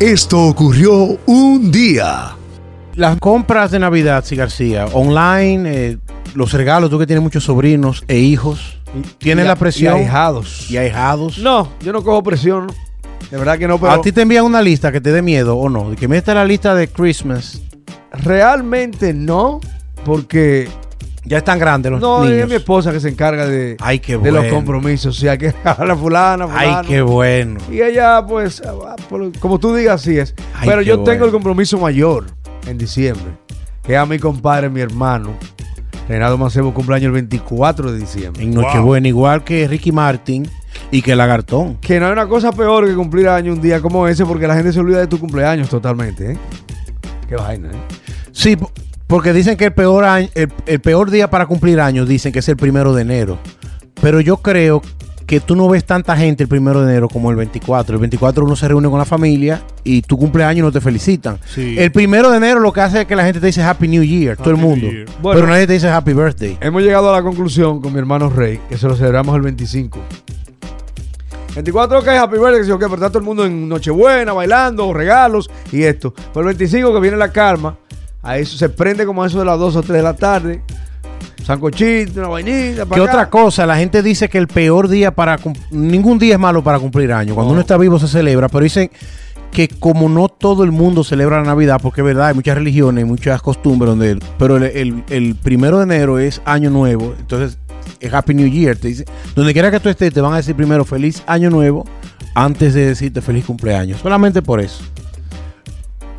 Esto ocurrió un día. Las compras de Navidad, sí, García, online, eh, los regalos, tú que tienes muchos sobrinos e hijos, tienes Y- la presión Y ahijados. y ahijados. No, yo no cojo presión. De verdad que no, pero a ti te envían una lista que te dé miedo o no. De Que meta la lista de Christmas. realmente no, porque Ya están grandes los no es niños. mi esposa que se encarga de, Ay, qué de bueno. los compromisos. O sea, que a la fulana, fulano. Ay, qué bueno. Y ella, pues, ah, por- como tú digas, así es. Ay, Pero qué yo bueno. tengo el compromiso mayor en diciembre, que es a mi compadre, mi hermano. Renato Mancebo cumpleaños el 24 de diciembre. En Nochebuena, igual que Ricky Martin y que Lagartón. Que no hay una cosa peor que cumplir año un día como ese, porque la gente se olvida de tu cumpleaños totalmente, ¿eh? Qué vaina, ¿eh? Sí, po- porque dicen que el peor, año- el, el peor día para cumplir años dicen que es el primero de enero. Pero yo creo que tú no ves tanta gente el primero de enero como el 24. El 24 uno se reúne con la familia y tu cumpleaños y no te felicitan. Sí. El primero de enero lo que hace es que la gente te dice Happy New Year, todo el Happy mundo. New Year. Bueno. pero nadie te dice Happy Birthday. Hemos llegado a la conclusión con mi hermano Rey, que se lo celebramos el 25. 24 que es Happy Birthday, que sí, ok, pero está todo el mundo en Nochebuena, bailando, regalos y esto. Pero el 25 que viene la calma, a eso se prende como a eso de las 2 o 3 de la tarde. Sancochito, una vainita, ¿Qué para acá. otra cosa? La gente dice que el peor día para... cum- Ningún día es malo para cumplir años. Cuando uno está vivo se celebra, pero dicen que como no todo el mundo celebra la Navidad, porque es verdad, hay muchas religiones, hay muchas costumbres, donde, pero el, el- el primero de enero es año nuevo, entonces es Happy New Year, te dicen. Donde quiera que tú estés, te van a decir primero feliz año nuevo antes de decirte feliz cumpleaños. Solamente por eso.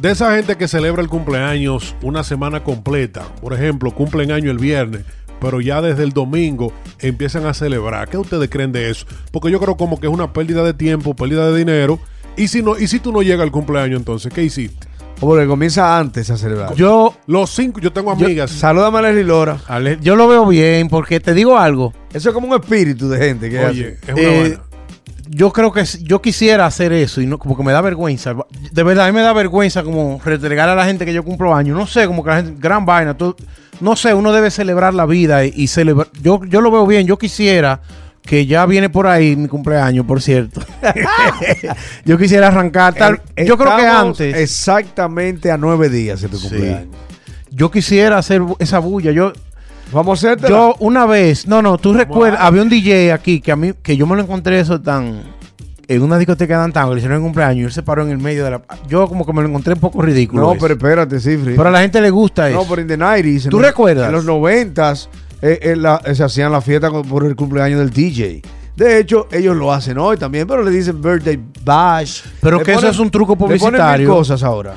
De esa gente que celebra el cumpleaños una semana completa, por ejemplo, cumplen año el viernes, pero ya desde el domingo empiezan a celebrar. ¿Qué ustedes creen de eso? Porque yo creo como que es una pérdida de tiempo, pérdida de dinero. ¿Y si, no, y si tú no llegas al cumpleaños entonces? ¿Qué hiciste? O porque comienza antes a celebrar. Yo, Los cinco, yo tengo amigas. Salúdame a Leslie Lora. Ale- yo lo veo bien, porque te digo algo. Eso es como un espíritu de gente que es Oye, así. es una Eh, vaina. yo creo que s- yo quisiera hacer eso y no como que me da vergüenza. De verdad, a mí me da vergüenza como retregar a la gente que yo cumplo años. No sé, como que la gente, gran vaina. tú- no sé, uno debe celebrar la vida y, y celebrar. Yo, yo lo veo bien, yo quisiera que ya viene por ahí mi cumpleaños, por cierto. yo quisiera arrancar tal. El- yo creo que estamos antes. Exactamente a nueve días de tu Sí. cumpleaños. Yo quisiera hacer bu- esa bulla. Yo, Vamos a hacerte. Yo una vez, no, no, tú recuerdas, había un DJ aquí que a mí, que yo me lo encontré eso tan, en una discoteca de Antango, le hicieron el cumpleaños y él se paró en el medio de la, yo como que me lo encontré un poco ridículo. No, eso. pero espérate, Cifri. Pero a la gente le gusta eso. No, pero en the 90s. ¿Tú en los- recuerdas? En los 90s eh, eh, la- eh, se hacían las fiestas con- por el cumpleaños del DJ. De hecho, ellos lo hacen hoy también, pero le dicen birthday bash. Pero Le que eso es un truco le ponen mil publicitario. cosas ahora.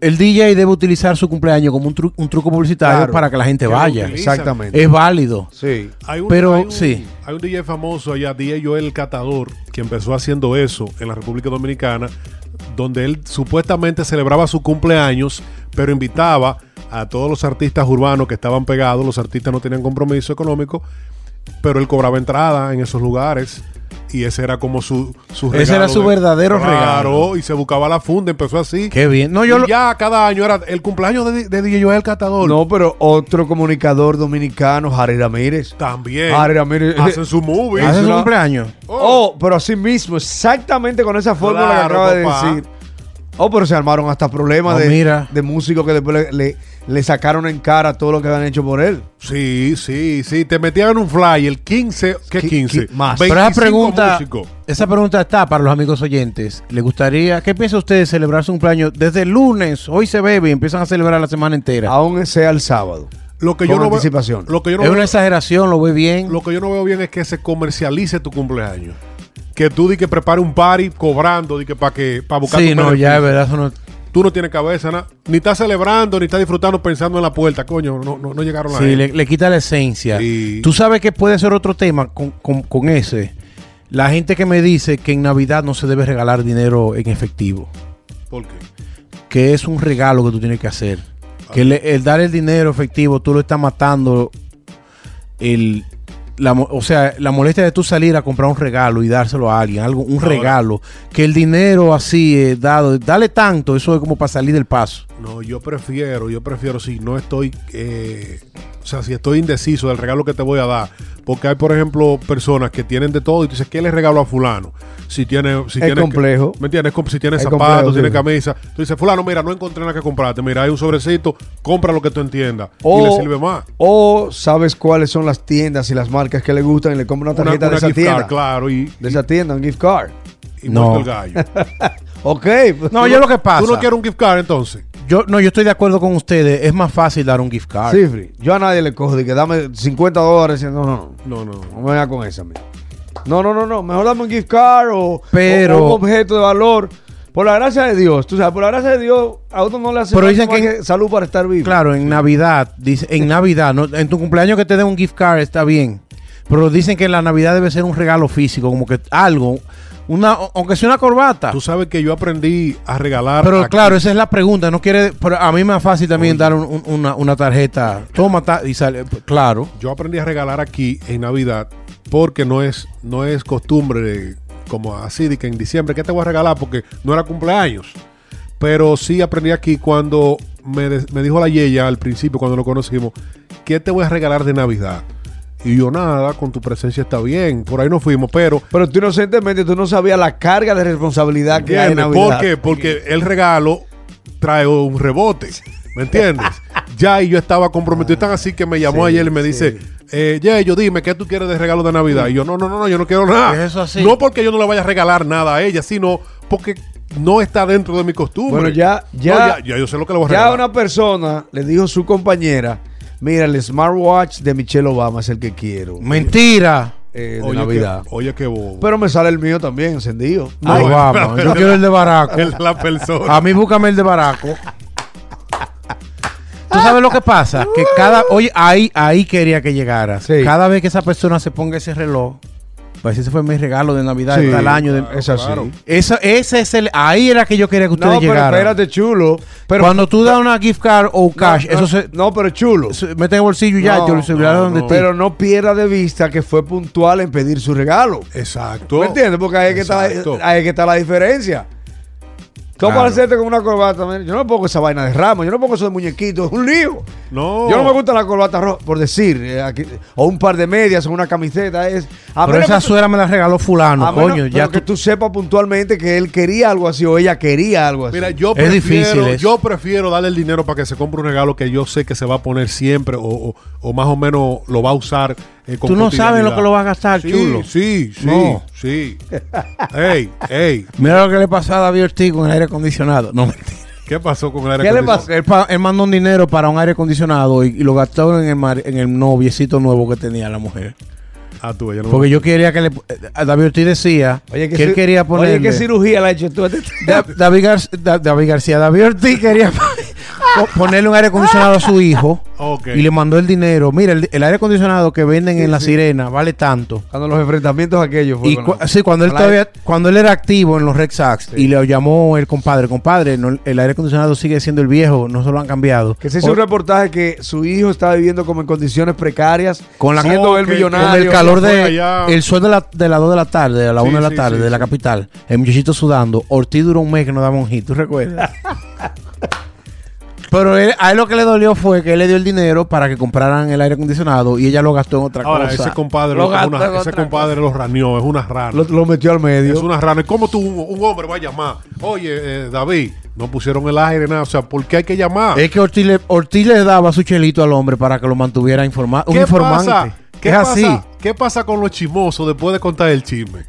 El DJ debe utilizar su cumpleaños como un, tru- un truco publicitario Claro. para que la gente Que lo vaya. utilice. Exactamente. Es válido. sí. Hay un, Pero, hay un- sí. Hay un DJ famoso allá, DJ Joel Catador, que empezó haciendo eso en la República Dominicana, donde él supuestamente celebraba su cumpleaños, pero invitaba a todos los artistas urbanos que estaban pegados, los artistas no tenían compromiso económico, pero él cobraba entrada en esos lugares. Y ese era como su, su Ese era su verdadero regalo. Y se buscaba la funda, empezó así. Qué bien. No, yo y lo- ya cada año era el cumpleaños de, de DJ Joel Catador. No, pero otro comunicador dominicano, Harry Ramírez. También. Ari Ramírez. Hacen su movie. hace su una- cumpleaños. Oh. pero así mismo, exactamente con esa fórmula Claro, que acaba papá. de decir. Oh, pero se armaron hasta problemas No, de, Oh, mira. de músicos que después le, le- le sacaron en cara todo lo que habían hecho por él. Sí, sí, sí. Te metían en un fly el 15. ¿Qué Qui- 15? qui- más. Pero esa 25 pregunta, músicos. esa pregunta está para los amigos oyentes. ¿Le gustaría, qué piensa usted de celebrar su cumpleaños desde el lunes? Hoy se bebe y empiezan a celebrar la semana entera. Aún sea el sábado. Lo que Con yo no veo, anticipación. lo que yo no es veo- una exageración, lo ve bien. lo que yo no veo bien es que se comercialice tu cumpleaños. Que tú di que prepare un party cobrando, di que para que para buscar Sí, tu no, beneficio. ya es verdad. eso no- Tú no tienes cabeza, na. ni estás celebrando, ni estás disfrutando pensando en la puerta, coño, no, no, no llegaron a sí, le, le quita la esencia. Sí. Tú sabes que puede ser otro tema con, con- con ese. La gente que me dice que en Navidad no se debe regalar dinero en efectivo, ¿Por qué? que es un regalo que tú tienes que hacer. Ah. Que le- el dar el dinero efectivo, tú lo estás matando. El, la mo- o sea, la molestia de tú salir a comprar un regalo y dárselo a alguien, algo, un Ahora. regalo. Que el dinero así eh, dado, dale tanto, eso es como para salir del paso. No, yo prefiero, yo prefiero si no estoy, eh, o sea, si estoy indeciso del regalo que te voy a dar. Porque hay, por ejemplo, personas que tienen de todo y tú dices, ¿qué le regalo a fulano? si tiene. Si Es tiene complejo. ¿Me entiendes? Com- Si tiene Es zapatos, complejo, tiene sí. camisa. Tú dices, Fulano, mira, no encontré nada que comprarte. Mira, hay un sobrecito, compra lo que tú entiendas. O, y le sirve más. o Oh, sabes cuáles son las tiendas y las marcas que le gustan y le compra una Una, tarjeta una de esa gift tienda. card, claro, y, De esa tienda, un gift card. y No. muerto el gallo. Ok. pues- No, yo lo que pasa. ¿Tú no quieres un gift card entonces? Yo no, yo estoy de acuerdo con ustedes. Es más fácil dar un gift card. Sí, Fri, yo a nadie le cojo de que dame 50 dólares. No, no, no. No, no. No me venga con esa, mira. No, no, no, no. Mejor dame un gift card o, Pero- o un objeto de valor. Por la gracia de Dios, tú sabes, por la gracia de Dios, a uno no le hace Pero falta dicen más que- salud para estar vivo. Claro, en Navidad, dice, en Navidad, ¿no? en tu cumpleaños que te den un gift card está bien, pero dicen que en la Navidad debe ser un regalo físico, como que algo, una, aunque sea una corbata. Tú sabes que yo aprendí a regalar. Pero aquí. claro, esa es la pregunta, no quiere, pero a mí me es fácil también dar un- un- una, una tarjeta, toma ta- y sale, claro. Yo aprendí a regalar aquí en Navidad porque no es, no es costumbre de- como así de que en diciembre, ¿qué te voy a regalar? Porque no era cumpleaños. Pero sí aprendí aquí cuando me, de- me dijo la Yeya al principio, cuando lo conocimos, ¿qué te voy a regalar de Navidad? Y yo nada, con tu presencia está bien. Por ahí nos fuimos, pero... Pero tú inocentemente, tú no sabías la carga de responsabilidad que hay en ¿Entiendes? Navidad. ¿Por qué? Porque el regalo trae un rebote. ¿Me entiendes? ya y yo estaba comprometido. Tan así que me llamó ayer y me dice, eh, Yeyo, dime, ¿qué tú quieres de regalo de Navidad? Y yo, no, no, no, no, yo no quiero nada. ¿Es eso así? No porque yo no le vaya a regalar nada a ella, sino porque no está dentro de mi costumbre. Bueno, ya- No, ya- ya, yo sé lo que le voy a Ya regalar. una persona le dijo a su compañera, mira, el smartwatch de Michelle Obama es el que quiero. Mentira. eh, de oye, Navidad. Qué, oye, qué bobo. Pero me sale el mío también encendido. No, Ay, bueno, vamos, pero- yo quiero el de Baraco. Es la Ah, persona. A mí búscame el de Baraco. ¿Tú sabes lo que pasa? Que cada... Oye, ahí, ahí quería que llegaras. Sí. Cada vez que esa persona se ponga ese reloj, pues ese fue mi regalo de Navidad Sí, de tal año. de- es así. claro. Eso- ese es el... Ahí era que yo quería que ustedes No, pero llegaran. espérate, chulo. Pero, Cuando tú das una gift card o cash, no, eso se, No, pero chulo. se mete en el bolsillo y ya, No, te lo celular no, donde no. ti. Pero no pierda de vista que fue puntual en pedir su regalo. Exacto. ¿Me entiendes? Porque ahí es que, está, Exacto. ahí es que está la diferencia. ¿Cómo Claro. hacerte con una corbata? man? Yo no pongo esa vaina de ramo, yo no pongo eso de muñequito, es un lío. No. Yo no me gusta la corbata roja, por decir, eh, aquí- o un par de medias o una camiseta. Es, a Pero menos esa que tú- suera me la regaló fulano, a menos- coño. pero Ya que tú- tú sepas puntualmente que él quería algo así o ella quería algo así. Mira, yo Es prefiero, difícil eso. yo prefiero darle el dinero para que se compre un regalo que yo sé que se va a poner siempre o, o- o más o menos lo va a usar eh, con Tú no sabes lo que lo vas a gastar, sí, chulo. Sí, sí, No. sí. ey, ey, Mira lo que le pasó a David Ortiz con el aire acondicionado. No, mentira. ¿qué pasó con el aire ¿Qué le acondicionado? pasa? Él, pa- él mandó un dinero para un aire acondicionado y, y lo gastó en el, mar- en el noviecito nuevo que tenía la mujer. Ah, tú, ella no Porque yo quería que le... a David Ortiz decía que, él ci- quería ponerle... Oye, ¿qué cirugía le ha hecho tú? a este Da- David, Gar- Da- David García, David Ortiz quería po- ponerle un aire acondicionado a su hijo Ok. y le mandó el dinero. Mira, el, el aire acondicionado que venden en La sí. Sirena vale tanto. Cuando los enfrentamientos aquellos Y fueron. cu- sí, cuando él Hola. todavía, cuando él era activo en los Red Sox y le llamó el compadre, compadre, no- el aire acondicionado sigue siendo el viejo, no se lo han cambiado. Que se hizo O- un reportaje que su hijo estaba viviendo como en condiciones precarias, Con la- siendo Oh, él que- millonario. con el calor de Fuera ya. el sol de la de las 2 de la tarde, a la Sí, 1 de la sí, tarde sí, de la sí. capital, el muchachito sudando, Ortiz duró un mes que no daba un hit, ¿tú recuerdas? Pero él- a él lo que le dolió fue que él le dio el dinero para que compraran el aire acondicionado y ella lo gastó en otra Ahora, cosa. ese compadre, Lo lo, es gastó una- en ese otra compadre lo raneó, es una rana. Lo, lo metió al medio. es una rana. ¿Y ¿Cómo tú, un, un hombre va a llamar? Oye, eh, David, no pusieron el aire, nada. O sea, ¿por qué hay que llamar? Es que Ortiz le, Ortiz le daba su chelito al hombre para que lo mantuviera informado. Un ¿Qué informante. pasa? ¿Qué es pasa? así. ¿Qué pasa con los chismosos después de contar el chisme?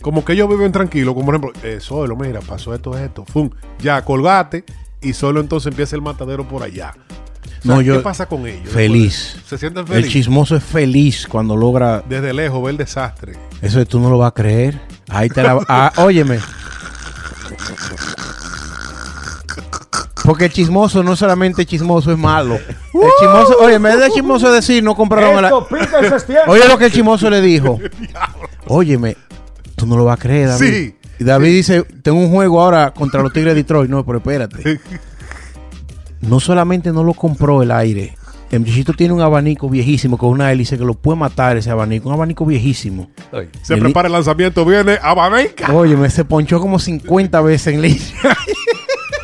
Como que ellos viven tranquilos, como por ejemplo, eh, Solo, mira, pasó esto, esto, fum, ya, colgate, y solo entonces empieza el matadero por allá. O sea, No, yo- ¿Qué pasa con ellos? Feliz. ¿Se sienten El felices? chismoso es feliz cuando logra Desde lejos ve el desastre. Eso tú no lo vas a creer. Ahí te la. Ah, óyeme. Porque el chismoso no solamente chismoso es malo. El chismoso, oye, en vez de chismoso decir no compraron la. pica y se extiende. Oye lo que el chismoso le dijo. Óyeme, tú no lo vas a creer, David. Sí. Y David dice, tengo un juego ahora contra los Tigres de Detroit. No, pero espérate. No solamente no lo compró el aire. El muchachito tiene un abanico viejísimo con una hélice que lo puede matar ese abanico. Un abanico viejísimo. Se Eli- prepara el lanzamiento, viene Abaneca. Oye, me se ponchó como 50 veces en línea.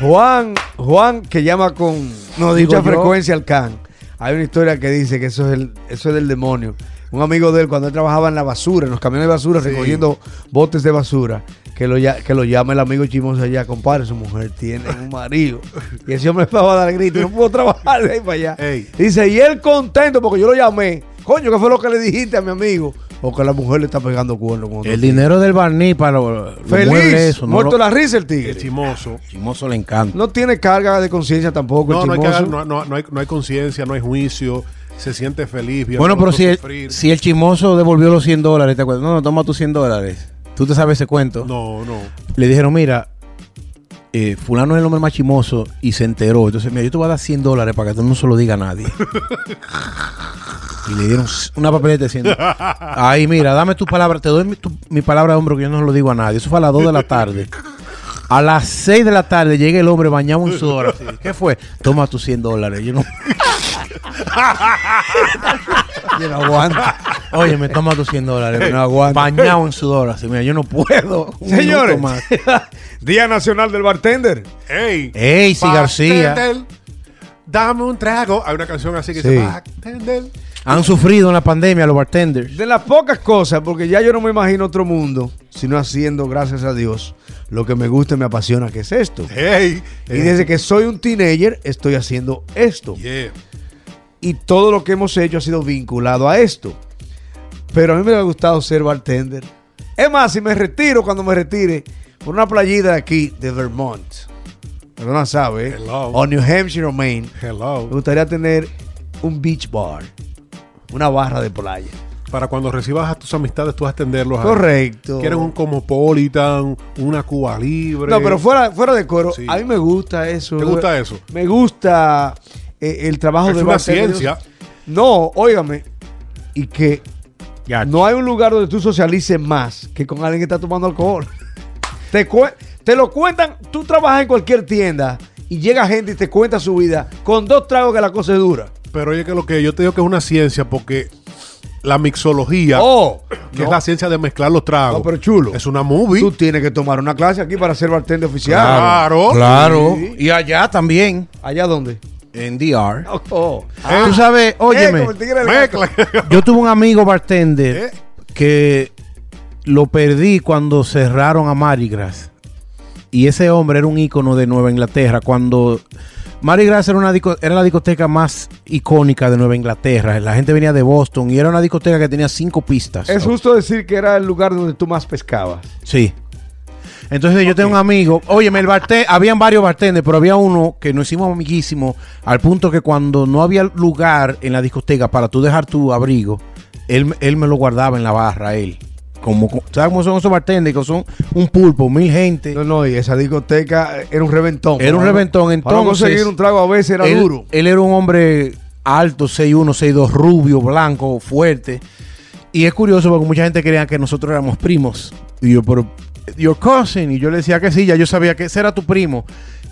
Juan, Juan, que llama con No digo mucha yo. frecuencia al can. Hay una historia que dice que eso es, el, eso es del demonio. un amigo de él cuando él trabajaba en la basura, en los camiones de basura, recogiendo botes de basura, que lo, ya- que lo llama el amigo chimoso allá, compadre, su mujer tiene un marido. Y ese hombre estaba a dar grito, no pudo trabajar de ahí para allá. Ey. Dice, y él contento porque yo lo llamé. Coño, ¿qué fue lo que le dijiste a mi amigo? O que la mujer le está pegando cuerno. con otro El tipo. dinero del barniz para los los muebles, Feliz, eso, no muerto lo- la risa el El tigre. chimoso. Chimoso le encanta. No tiene carga de conciencia tampoco. No, el no hay, que chimoso. dar- no- no- no hay- no hay conciencia, no hay juicio. Se siente feliz. viendo bueno, a pero otro si el, sufrir. si el chimoso devolvió los 100 dólares, ¿te acuerdas? No, no, toma tus 100 dólares. Tú te sabes ese cuento. No, no. Le dijeron, mira, eh, fulano es el hombre más chimoso y se enteró. Entonces, mira, yo te voy a dar 100 dólares para que tú no se lo diga a nadie. y le dieron una papeleta diciendo, ay, mira, dame tu palabra, te doy mi, tu- mi palabra de hombre que yo no se lo digo a nadie. Eso fue a las 2 de la tarde. A las 6 de la tarde llega el hombre bañado en sudor. así. ¿Qué fue? Toma tus 100 dólares. Yo no... Yo no aguanta. Oye, me toma tus 100 dólares. No aguanto. Bañado en sudor. Así, mira, yo no puedo. Un Señores, minuto más. Día Nacional del Bartender. ¡Ey! Ey, si García. Bartender, Dame un trago. Hay una canción así que Sí. dice Bartender. Han sufrido en la pandemia los bartenders. De las pocas cosas, porque ya yo no me imagino otro mundo, sino haciendo, gracias a Dios, lo que me gusta y me apasiona, que es esto. ¡Ey! Y desde que soy un teenager, estoy haciendo esto. eh, Yeah. Y todo lo que hemos hecho ha sido vinculado a esto. Pero a mí me ha gustado ser bartender. Es más, si me retiro, cuando me retire, por una playita de aquí, de Vermont. Perdona, sabe, ¿eh? Hello. O New Hampshire o Maine. Me Hello. gustaría tener un beach bar, una barra de playa. Para cuando recibas a tus amistades, tú vas a atenderlos. a- Correcto. Quieren un Cosmopolitan, una Cuba Libre. No, pero fuera, fuera de coro, Sí. a mí me gusta eso. ¿Te gusta eso? Me gusta eh, el trabajo Es de una bartender. ciencia. No, óigame, y que Ya. no hay un lugar donde tú socialices más que con alguien que está tomando alcohol. Te, cu- te lo cuentan, tú trabajas en cualquier tienda y llega gente y te cuenta su vida con dos tragos que la cosa es dura. Pero oye, que lo que yo te digo que es una ciencia porque la mixología, Oh, que no. es la ciencia de mezclar los tragos, No, pero chulo. es una movie. Tú tienes que tomar una clase aquí para ser bartender oficial. Claro. Claro. Sí. Y allá también, ¿Allá dónde? en DR. Oh, oh. Ah. Tú sabes, Eh, óyeme, como el tigre del gato. Mezcla. yo tuve un amigo bartender Eh. que lo perdí cuando cerraron a Marigras. Y ese hombre era un ícono de Nueva Inglaterra. Cuando Marigras era, una disco- era la discoteca más icónica de Nueva Inglaterra. La gente venía de Boston y era una discoteca que tenía cinco pistas. Es justo decir que era el lugar donde tú más pescabas. Sí. Entonces yo tengo un amigo, óyeme, el bartender, habían varios bartenders, pero había uno que nos hicimos amiguísimos al punto que cuando no había lugar en la discoteca para tú dejar tu abrigo, él, él me lo guardaba en la barra, él. Como, ¿Sabes cómo son esos bartenders? Que son un pulpo, mil gente. No, no, y esa discoteca eh, era un reventón. Era un Para- reventón, para no entonces... conseguir un trago a veces era él, duro. Él era un hombre alto, 6'1, 6'2, rubio, blanco, fuerte. Y es curioso porque mucha gente creía que nosotros éramos primos. Y yo, pero, your cousin. Y yo le decía que sí, ya yo sabía que ese era tu primo.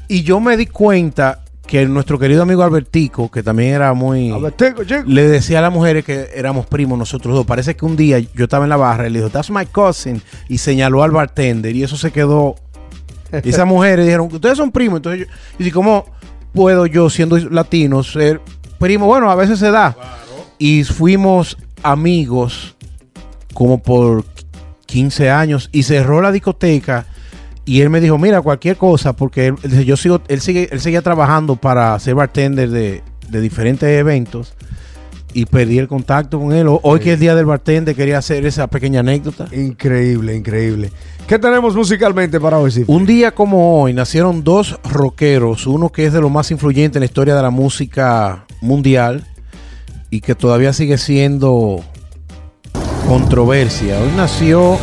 Y yo me di cuenta que nuestro querido amigo Albertico, que también era muy... A ver, tengo, chico. Le decía a las mujeres que éramos primos nosotros dos. Parece que un día yo estaba en la barra y le dijo, that's my cousin. Y señaló al bartender y eso se quedó. Y esas mujeres dijeron, ustedes son primos. Entonces yo, y si ¿cómo puedo yo, siendo latino, ser primo? Bueno, a veces se da. Y fuimos amigos como por 15 años y cerró la discoteca. Y él me dijo, mira, cualquier cosa, porque él, él dice, yo sigo, él, sigue, él seguía trabajando para ser bartender de, de diferentes eventos y perdí el contacto con él. Hoy que es el día del bartender, quería hacer esa pequeña anécdota. Increíble, increíble. ¿Qué tenemos musicalmente para hoy, sí? Un día como hoy nacieron dos rockeros, uno que es de los más influyentes en la historia de la música mundial y que todavía sigue siendo controversia. Hoy nació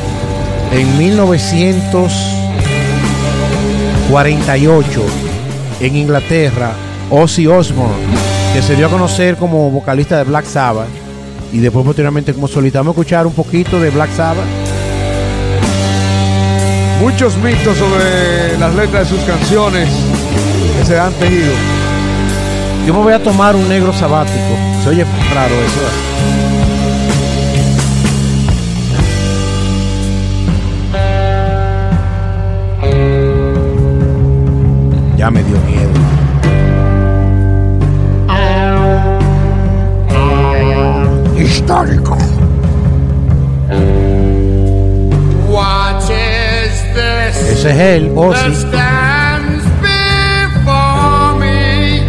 en 1948 en Inglaterra Ozzy Osbourne, que se dio a conocer como vocalista de Black Sabbath y después posteriormente como solista. Vamos a escuchar un poquito de Black Sabbath. Muchos mitos sobre las letras de sus canciones que se han tejido. Yo me voy a tomar un negro sabático. Se oye raro eso. ¿eh? Ya me dio miedo. Histórico. Ese es él, that Ozzy. stands before me.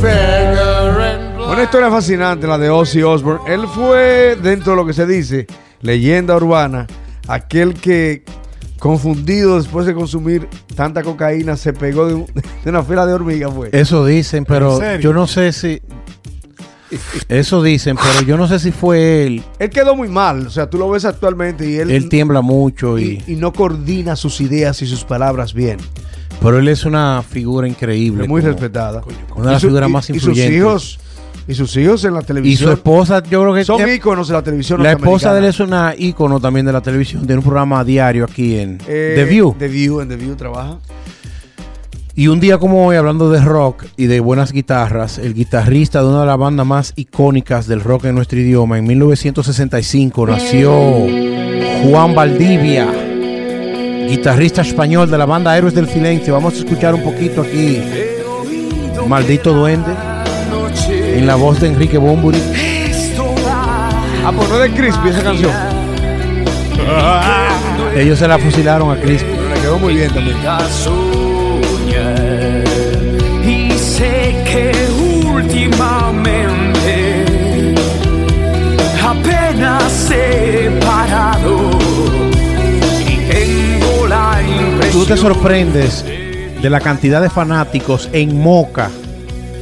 Figure and Una historia fascinante, la de Ozzy Osbourne. Él fue, dentro de lo que se dice, leyenda urbana, aquel que, confundido después de consumir tanta cocaína, se pegó de, un- de una fila de hormigas, fue. Eso dicen, ¿En pero serio? yo no sé si. Eso dicen, pero yo no sé si fue él. Él quedó muy mal, o sea, tú lo ves actualmente y él, Él tiembla mucho y. y, y no coordina sus ideas y sus palabras bien. Pero él es una figura increíble. Es muy como- respetada. Una de las Y su- figuras y- más Y influyentes. sus hijos, y sus hijos en la Y su televisión. esposa, yo creo que. son eh, íconos de la televisión. la esposa de él norteamericana. es una ícono también de la televisión. Tiene un programa diario aquí en Eh, The View. The View, en The View trabaja. Y un día como hoy, hablando de rock y de buenas guitarras, el guitarrista de una de las bandas más icónicas del rock en nuestro idioma, en 1965 nació Juan Valdivia, guitarrista español de la banda Héroes del Silencio. Vamos a escuchar un poquito aquí Maldito Duende en la voz de Enrique Bumburi. Ah, pues no es de Crispy esa canción. Ellos se la fusilaron a Chris. Pero le quedó muy bien también. soñar. y sé que últimamente apenas he parado y tengo la Tú te impresión sorprendes de la cantidad de fanáticos en Moca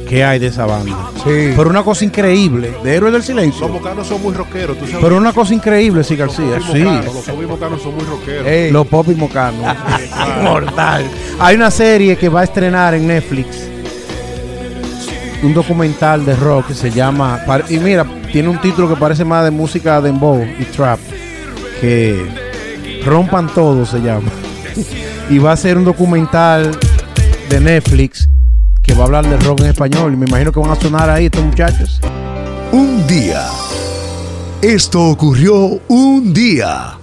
que hay de esa banda. Sí. Pero una cosa increíble, de Héroes del Silencio. Los mocanos son muy rockeros, tú sabes. Pero una cosa increíble, sí, García. Los Sí. mocanos, Los pobres mocanos son muy rockeros. Ey, Los pop y mocanos. Mortal. Hay una serie que va a estrenar en Netflix. Un documental de rock que se llama. par- Y mira, tiene un título que parece más de música dembow y trap. Que Rompan Todo se llama. y va a ser un documental de Netflix que va a hablar de rock en español. Y me imagino que van a sonar ahí estos muchachos. Un día. Esto ocurrió un día.